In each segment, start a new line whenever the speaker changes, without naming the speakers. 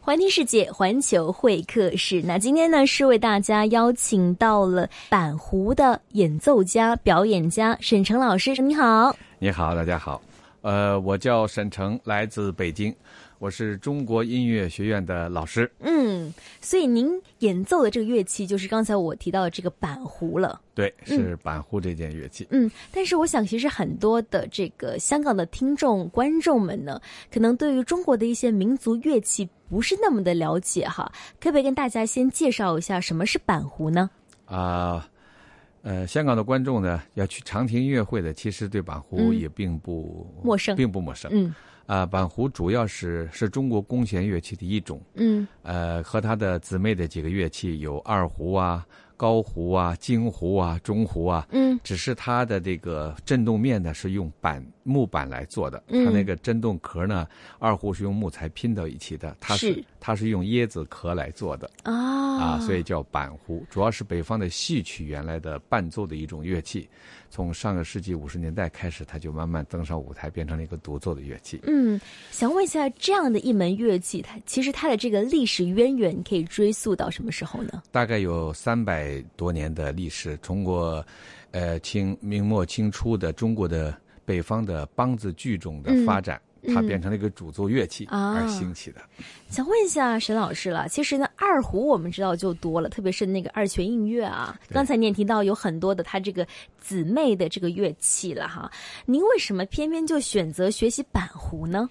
环听世界，环球会客室。那今天呢，是为大家邀请到了板胡的演奏家、表演家沈成老师。你好，
你好，大家好。呃，我叫沈成，来自北京，我是中国音乐学院的老师。
嗯，所以您演奏的这个乐器就是刚才我提到的这个板胡了。
对，是板胡这件乐器。
嗯，但是我想，其实很多的这个香港的听众、观众们呢，可能对于中国的一些民族乐器不是那么的了解哈，可不可以跟大家先介绍一下什么是板胡呢？
啊、呃，香港的观众呢，要去常听音乐会的，其实对板胡
嗯
也并不、
陌生
并不陌生。
嗯
啊、板胡主要是是中国弓弦乐器的一种，
嗯
呃，和它的姊妹的几个乐器有二胡啊、高胡啊、京胡啊、中胡啊，
嗯
只是它的这个振动面呢是用板木板来做的，
嗯
它那个振动壳呢，二胡是用木材拼到一起的，它是
是
它是用椰子壳来做的
啊
啊，所以叫板胡，主要是北方的戏曲原来的伴奏的一种乐器，从上个世纪五十年代开始，它就慢慢登上舞台，变成了一个独奏的乐器。
嗯，想问一下，这样的一门乐器，它其实它的这个历史渊源可以追溯到什么时候呢？
大概有三百多年的历史。通过，呃，清明末清初的中国的北方的梆子剧种的发展，
嗯
它
嗯
变成了一个主奏乐器
啊
而兴起的。
想问一下沈老师了，其实呢，二胡我们知道就多了，特别是那个二泉映月啊，
对
刚才你也提到有很多的它这个姊妹的这个乐器了哈，您为什么偏偏就选择学习板胡呢？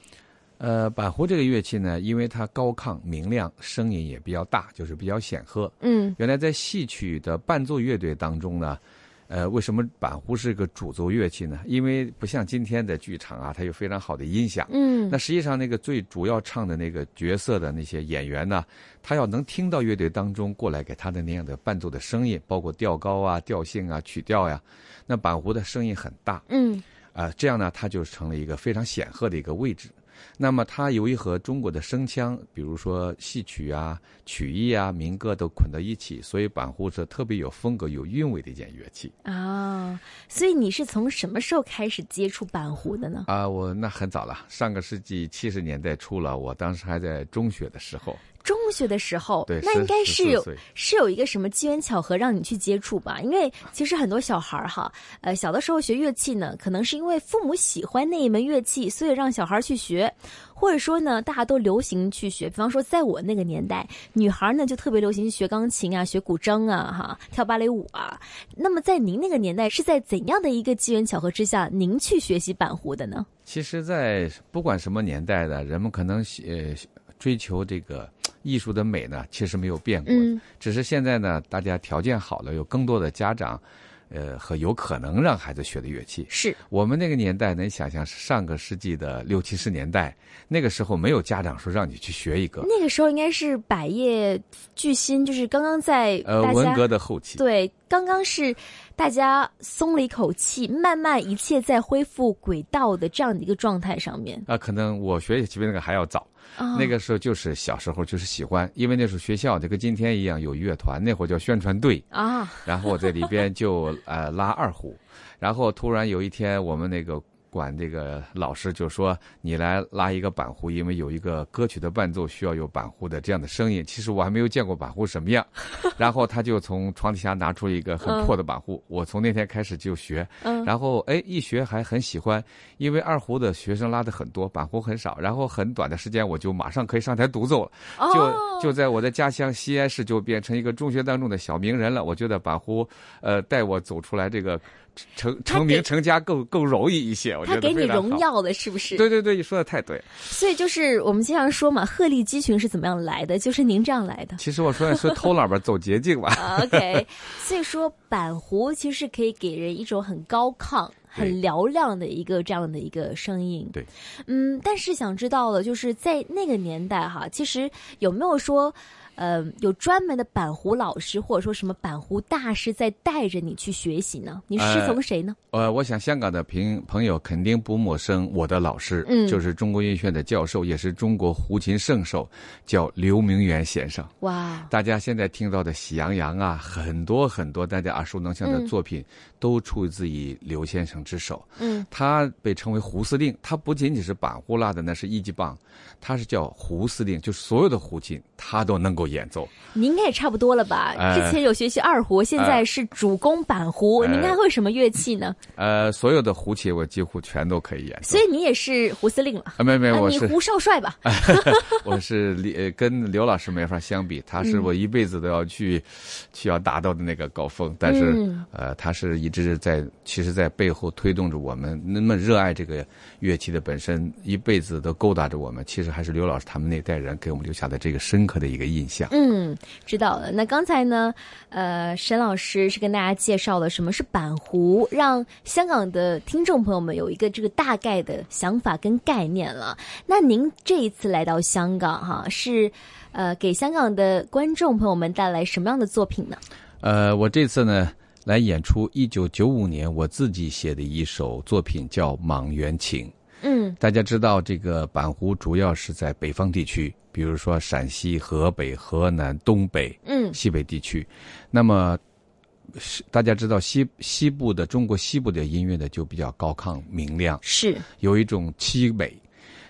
呃，板胡这个乐器呢，因为它高亢明亮，声音也比较大，就是比较显赫。
嗯
原来在戏曲的伴奏乐队当中呢，呃，为什么板胡是个主奏乐器呢？因为不像今天的剧场啊，它有非常好的音响。
嗯
那实际上，那个最主要唱的那个角色的那些演员呢，他要能听到乐队当中过来给他的那样的伴奏的声音，包括调高啊、调性啊、曲调呀、那板胡的声音很大
嗯
啊、这样呢，它就成了一个非常显赫的一个位置。那么它由于和中国的声腔，比如说戏曲啊、曲艺啊、民歌都捆到一起，所以板胡是特别有风格、有韵味的一件乐器
啊，所以你是从什么时候开始接触板胡的呢？
啊、我那很早了，上个世纪七十年代初了，我当时还在中学的时候。
中学的时候
对，，
那应该
14
是有
岁
是有一个什么机缘巧合让你去接触吧？因为其实很多小孩儿哈，呃，小的时候学乐器呢，可能是因为父母喜欢那一门乐器，所以让小孩儿去学，或者说呢，大家都流行去学。比方说，在我那个年代，女孩儿呢就特别流行学钢琴啊、学古筝啊、哈跳芭蕾舞啊。那么在您那个年代，是在怎样的一个机缘巧合之下，您去学习板胡的呢？
其实，在不管什么年代的，人们可能呃追求这个艺术的美呢，其实没有变过，
嗯
只是现在呢，大家条件好了，有更多的家长，呃和有可能让孩子学的乐器。
是，
我们那个年代，能想象是上个世纪的六七十年代，那个时候没有家长说让你去学一个，
那个时候应该是百业巨星，就是刚刚在
呃，
大
文
家
革的后期。
对，刚刚是大家松了一口气，慢慢一切在恢复轨道的这样的一个状态上面。
啊，可能我学习比那个还要早。
啊
那个时候就是小时候就是喜欢，因为那时候学校就跟今天一样有乐团，那会儿叫宣传队，
啊，
然后我在里边就呃拉二胡，然后突然有一天我们那个管这个老师就说你来拉一个板胡，因为有一个歌曲的伴奏需要有板胡的这样的声音。其实我还没有见过板胡什么样，然后他就从床底下拿出一个很破的板胡，我从那天开始就学，
嗯
然后哎一学还很喜欢，因为二胡的学生拉的很多，板胡很少，然后很短的时间我就马上可以上台独奏了。
哦
就就在我的家乡西安市就变成一个中学当中的小名人了。我觉得板胡，呃，带我走出来这个成
他给
成名成家更更容易一些。我觉
他
得
给你
非常好
荣。耀了，是不是？
对对对，你说的太对。
所以就是我们经常说嘛，鹤立鸡群是怎么样来的？就是您这样来的。
其实我说的是偷懒吧，走捷径吧。
OK，所以说板胡其实可以给人一种很高亢、很嘹亮的一个这样的一个声音。
对，
嗯，但是想知道了，就是在那个年代哈，其实有没有说，呃，有专门的板胡老师或者说什么板胡大师在带着你去学习呢？你是师从谁呢？
呃，我想香港的朋朋友肯定不陌生，我的老师、
嗯
就是中国音乐学院的教授，也是中国胡琴圣手，叫刘明元先生。
哇，
大家现在听到的《喜羊羊》啊，很多很多大家耳熟能详的
嗯
作品，都出自于刘先生之首，
嗯
他被称为胡司令。他不仅仅是板胡拉的，那是一级棒，他是叫胡司令，就是所有的胡琴他都能够演奏。
您应该也差不多了吧？
哎
之前有学习二胡，现在是主攻板胡，
哎
您还会什么乐器呢？
呃，所有的胡琴我几乎全都可以演奏
所。以你也是胡司令了。
啊，没没，
啊
我
你
是
胡少帅吧？
我是李呃跟刘老师没法相比，他是我一辈子都要去、 去要达到的那个高峰，但是、
嗯
呃，他是一直在，其实，在背后推动着我们，那么热爱这个乐器的本身，一辈子都勾搭着我们。其实还是刘老师他们那代人给我们留下的这个深刻的一个印象。
嗯，知道了。那刚才呢，呃，沈老师是跟大家介绍了什么是板胡，让香港的听众朋友们有一个这个大概的想法跟概念了。那您这一次来到香港哈，是呃给香港的观众朋友们带来什么样的作品呢？
呃，我这次呢来演出一九九五年我自己写的一首作品，叫《莽原情》。
嗯
大家知道，这个板胡主要是在北方地区，比如说陕西、河北、河南、东北、
嗯
西北地区。那么，是大家知道西西部的中国西部的音乐呢，就比较高亢明亮，
是
有一种凄美。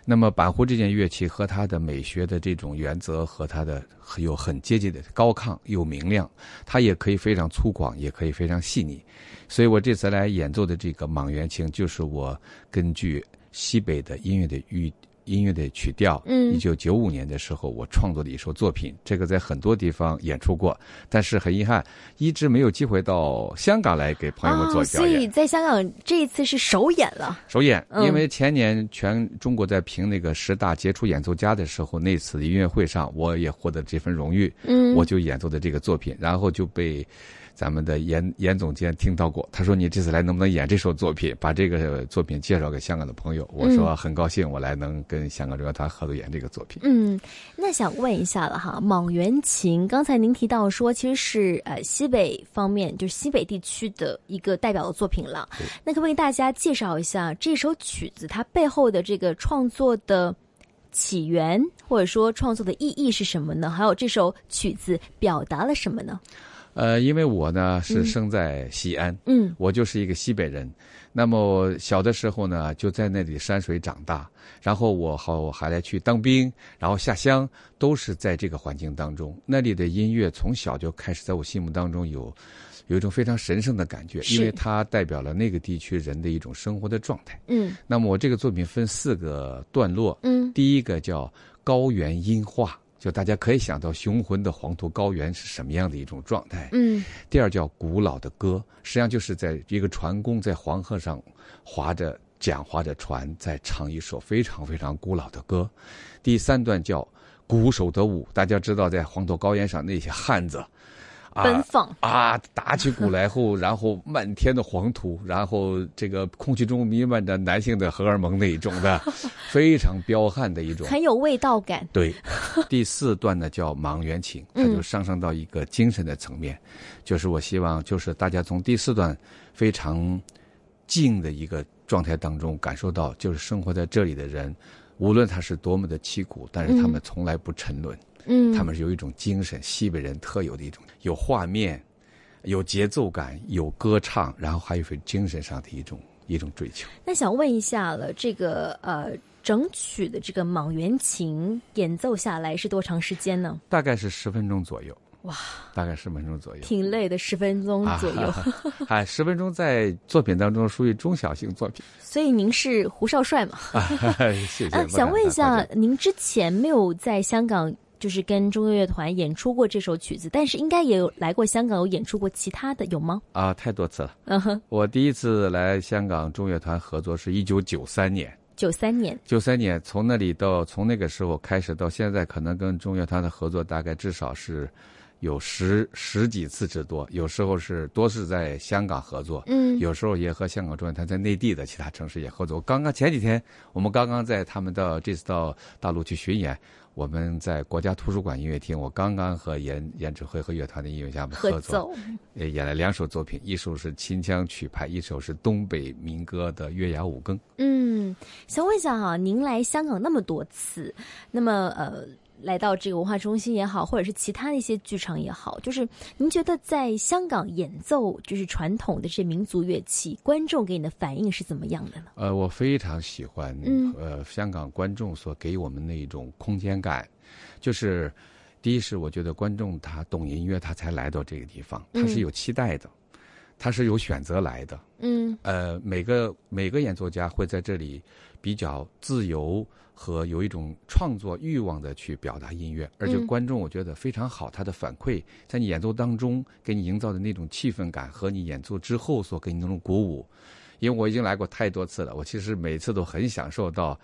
那么板胡这件乐器和它的美学的这种原则和它的有很接近的高亢又明亮，它也可以非常粗犷，也可以非常细腻。所以我这次来演奏的这个《莽原情》，就是我根据西北的音乐的语音乐的曲调，
嗯
一九九五年的时候我创作的一首作品。这个在很多地方演出过，但是很遗憾，一直没有机会到香港来给朋友们做
哦，
表
所
演。
以在香港这一次是首演了。
首演，
嗯
因为前年全中国在评那个十大杰出演奏家的时候，那次音乐会上，我也获得这份荣誉，
嗯，
我就演奏的这个作品，然后就被咱们的严严总监听到过，他说你这次来能不能演这首作品，把这个作品介绍给香港的朋友？我说很高兴，我来能跟香港中央台合作演这个作品。
嗯，那想问一下了哈，莽原琴，刚才您提到说，其实是呃西北方面，就是西北地区的一个代表的作品了。那可不可以大家介绍一下这首曲子它背后的这个创作的呃起源，或者说创作的意义是什么呢？还有这首曲子表达了什么呢？
呃，因为我呢是生在西安，
嗯
我就是一个西北人，那么小的时候呢，就在那里山水长大，然后我好还来去当兵，然后下乡，都是在这个环境当中。那里的音乐从小就开始在我心目当中有，有一种非常神圣的感觉，
是
因为它代表了那个地区人的一种生活的状态。
嗯
那么我这个作品分四个段落，
嗯
第一个叫高原音画，就大家可以想到雄浑的黄土高原是什么样的一种状态。
嗯
第二叫古老的歌，实际上就是在一个船工在黄河上划着桨划着船，在唱一首非常非常古老的歌。第三段叫鼓手的舞，大家知道在黄土高原上那些汉子，啊
奔放。
啊，打起鼓来后， 然后漫天的黄土，然后这个空气中弥漫着男性的荷尔蒙那一种的，非常彪悍的一种
很有味道感，
对，第四段呢叫盲原情，
嗯
它就上升到一个精神的层面，就是我希望就是大家从第四段非常静的一个状态当中感受到，就是生活在这里的人，无论他是多么的凄苦，但是他们从来不沉沦，
嗯，
他们是有一种精神，西北人特有的一种，有画面，有节奏感，有歌唱，然后还有一份精神上的一种一种追求。
那想问一下了，这个呃整曲的这个《莽原琴》演奏下来是多长时间呢？
大概是十分钟左右，
哇，
大概十分钟左右。
挺累的，十分钟左右。
啊哎，十分钟在作品当中属于中小型作品。
所以您是胡少帅嘛？
谢谢。
呃，
不
想
敢
问一
当
下
夸，
您之前没有在香港就是跟中国乐团演出过这首曲子，但是应该也有来过香港，有演出过其他的，有吗？
张啊，太多次了。
嗯哼，
我第一次来香港中乐团合作是一九九三年，
九三年，
九三年从那里到从那个时候开始到现在，可能跟中乐团的合作大概至少是有十十几次之多，有时候是多是在香港合作，
嗯，
有时候也和香港中乐团在内地的其他城市也合作。刚刚前几天，我们刚刚在他们到这次到大陆去巡演，我们在国家图书馆音乐厅，我刚刚和严严指挥和乐团的音乐家们
合
合作，
奏，
呃演了两首作品，一首是秦腔曲派，一首是东北民歌的月牙五更。
啊嗯，想问一下哈、您来香港那么多次，那么呃，来到这个文化中心也好，或者是其他的一些剧场也好，就是您觉得在香港演奏就是传统的这些民族乐器，观众给你的反应是怎么样的呢？
呃，我非常喜欢，
嗯
呃，香港观众所给我们那一种空间感，就是第一是我觉得观众他懂音乐，他才来到这个地方，他
嗯
是有期待的，他是有选择来的。
嗯
呃，每个每个演奏家会在这里比较自由和有一种创作欲望的去表达音乐，而且
嗯
观众我觉得非常好，他的反馈在你演奏当中给你营造的那种气氛感和你演奏之后所给你那种鼓舞，因为我已经来过太多次了，我其实每次都很享受到。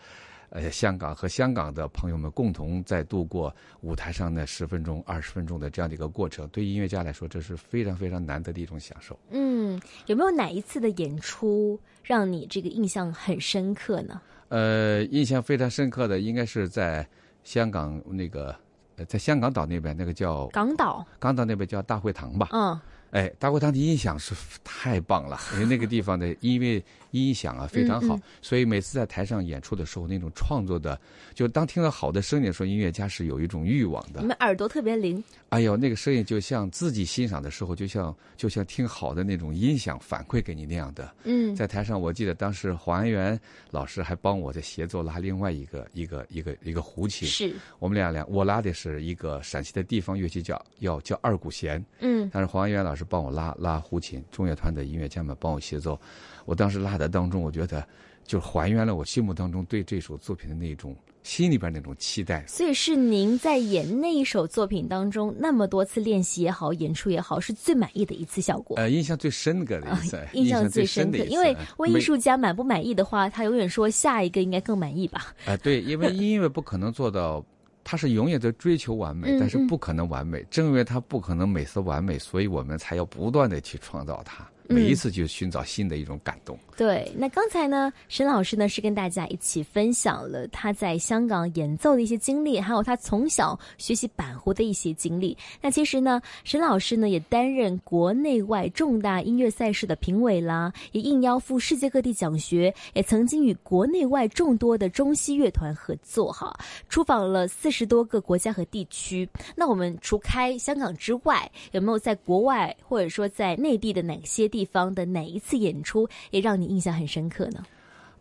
呃，香港和香港的朋友们共同在度过舞台上的十分钟、二十分钟的这样的一个过程，对音乐家来说，这是非常非常难得的一种享受。
嗯，有没有哪一次的演出让你这个印象很深刻呢？
呃，印象非常深刻的应该是在香港那个，呃在香港岛那边那个叫
港岛，
港岛那边叫大会堂吧？
嗯
哎，大会堂的音响是太 棒了，因为那个地方的音乐音响啊非常
嗯
好，
嗯
所以每次在台上演出的时候，那种创作的，就当听到好的声音的时候，音乐家是有一种欲望
你
的。
们耳朵特别灵，
哎呦，那个声音就像自己欣赏的时候，就像就像听好的那种音响反馈给你那样的，
嗯
在台上，我记得当时黄安元老师还帮我在协奏拉另外一个一个一个一个胡琴，
是，
我们俩俩我拉的是一个陕西的地方乐器叫要叫二股弦，
嗯
但是黄安元老师帮我拉拉胡琴，中乐团的音乐家们帮我协奏，我当时拉的当中，我觉得就还原了我心目当中对这首作品的那种心里边那种期待。
所以是您在演那一首作品当中那么多次练习也好，演出也好，是最满意的一次效果。
呃，印象最深刻的一次，
啊印
象
最
深
刻
的，一次，
因为问艺
没
术家满不满意的话，他永远说下一个应该更满意吧。
啊、对，因为 音乐不可能做到，它是永远在追求完美，
嗯
但是
嗯
不可能完美。正因为它不可能每次完美，所以我们才要不断的去创造它，每一
嗯
次去寻找新的一种感动。
对，那刚才呢，沈老师呢是跟大家一起分享了他在香港演奏的一些经历，还有他从小学习板胡的一些经历。那其实呢，沈老师呢也担任国内外重大音乐赛事的评委啦，也应邀赴世界各地讲学，也曾经与国内外众多的中西乐团合作哈，出访了四十多个国家和地区。那我们除开香港之外，有没有在国外或者说在内地的哪些地方的哪一次演出也让你印象很深刻呢？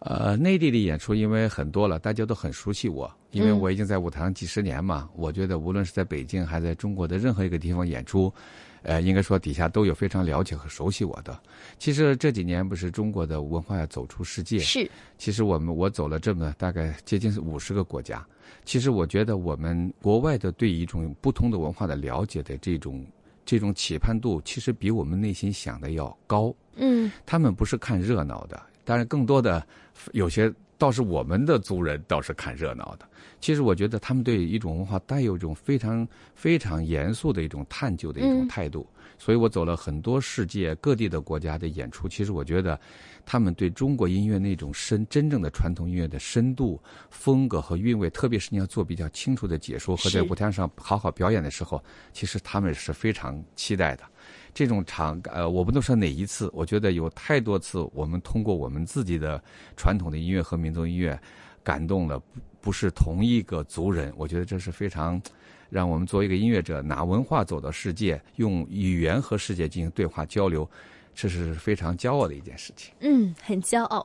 呃，内地的演出因为很多了，大家都很熟悉我，因为
嗯
我已经在舞台上几十年嘛。我觉得无论是在北京还是在中国的任何一个地方演出，呃，应该说底下都有非常了解和熟悉我的。其实这几年不是中国的文化要走出世界，
是，
其实我们我走了这么大概接近五十个国家，其实我觉得我们国外的对一种不同的文化的了解的这种这种期盼度，其实比我们内心想的要高。
嗯
他们不是看热闹的，当然更多的有些倒是我们的族人倒是看热闹的。其实我觉得他们对一种文化带有一种非常非常严肃的一种探究的一种
嗯
态度，所以我走了很多世界各地的国家的演出。其实我觉得，他们对中国音乐那种深真正的传统音乐的深度、风格和韵味，特别是你要做比较清楚的解说和在
是
舞台上好好表演的时候，其实他们是非常期待的。这种场，呃，我不能说哪一次，我觉得有太多次，我们通过我们自己的传统的音乐和民族音乐，感动了不不是同一个族人，我觉得这是非常让我们作为一个音乐者拿文化走到世界，用语言和世界进行对话交流，这是非常骄傲的一件事情。
嗯，很骄傲，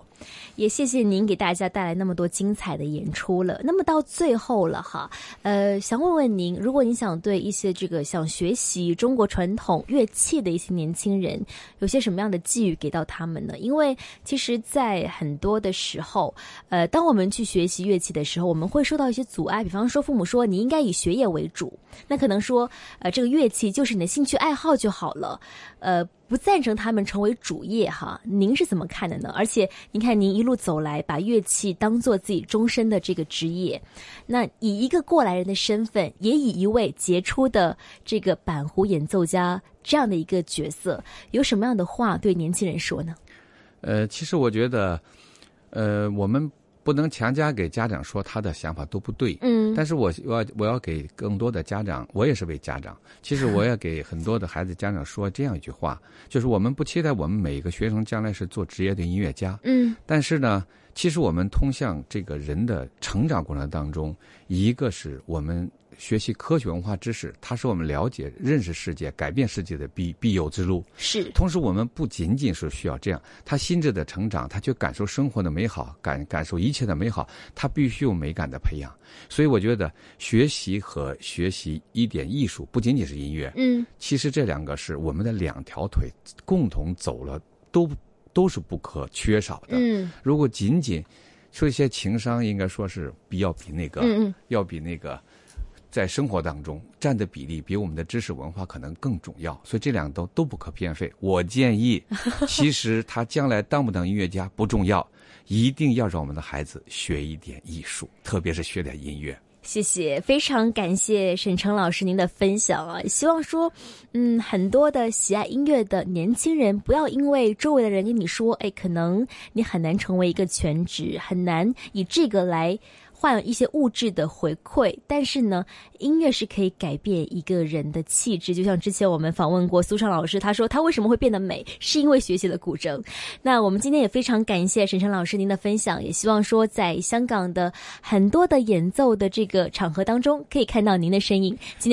也谢谢您给大家带来那么多精彩的演出了。那么到最后了哈，呃，想问问您，如果您想对一些这个想学习中国传统乐器的一些年轻人，有些什么样的寄语给到他们呢？因为其实，在很多的时候，呃，当我们去学习乐器的时候，我们会受到一些阻碍，比方说父母说你应该以学业为主，那可能说，呃，这个乐器就是你的兴趣爱好就好了，呃，不赞成他们成为主业哈。您是怎么看的呢？而且您看，您一路走来，把乐器当做自己终身的这个职业，那以一个过来人的身份，也以一位杰出的这个板胡演奏家这样的一个角色，有什么样的话对年轻人说呢？
呃，其实我觉得，呃，我们不能强加给家长说他的想法都不对，
嗯
但是我我要我要给更多的家长，我也是为家长。其实我要给很多的孩子家长说这样一句话，就是我们不期待我们每一个学生将来是做职业的音乐家，
嗯
但是呢，其实我们通向这个人的成长过程当中，一个是我们学习科学文化知识，它是我们了解、认识世界、改变世界的必必由之路。
是
同时，我们不仅仅是需要这样，他心智的成长，他去感受生活的美好，感感受一切的美好，他必须有美感的培养。所以，我觉得学习和学习一点艺术，不仅仅是音乐，
嗯，
其实这两个是我们的两条腿共同走了，都都是不可缺少的。
嗯
如果仅仅说一些情商，应该说是比要比那个，
嗯嗯
要比那个在生活当中占的比例，比我们的知识文化可能更重要。所以这两都都不可偏废。我建 议，其实他将来当不当音乐家不重要，一定要让我们的孩子学一点艺术，特别是学点音乐。
谢谢，非常感谢沈成老师您的分享啊！希望说，嗯，很多的喜爱音乐的年轻人，不要因为周围的人跟你说，哎，可能你很难成为一个全职，很难以这个来换一些物质的回馈。但是呢，音乐是可以改变一个人的气质。就像之前我们访问过苏畅老师，他说他为什么会变得美，是因为学习了古筝。那我们今天也非常感谢沈晨老师您的分享，也希望说在香港的很多的演奏的这个场合当中，可以看到您的身影。今天。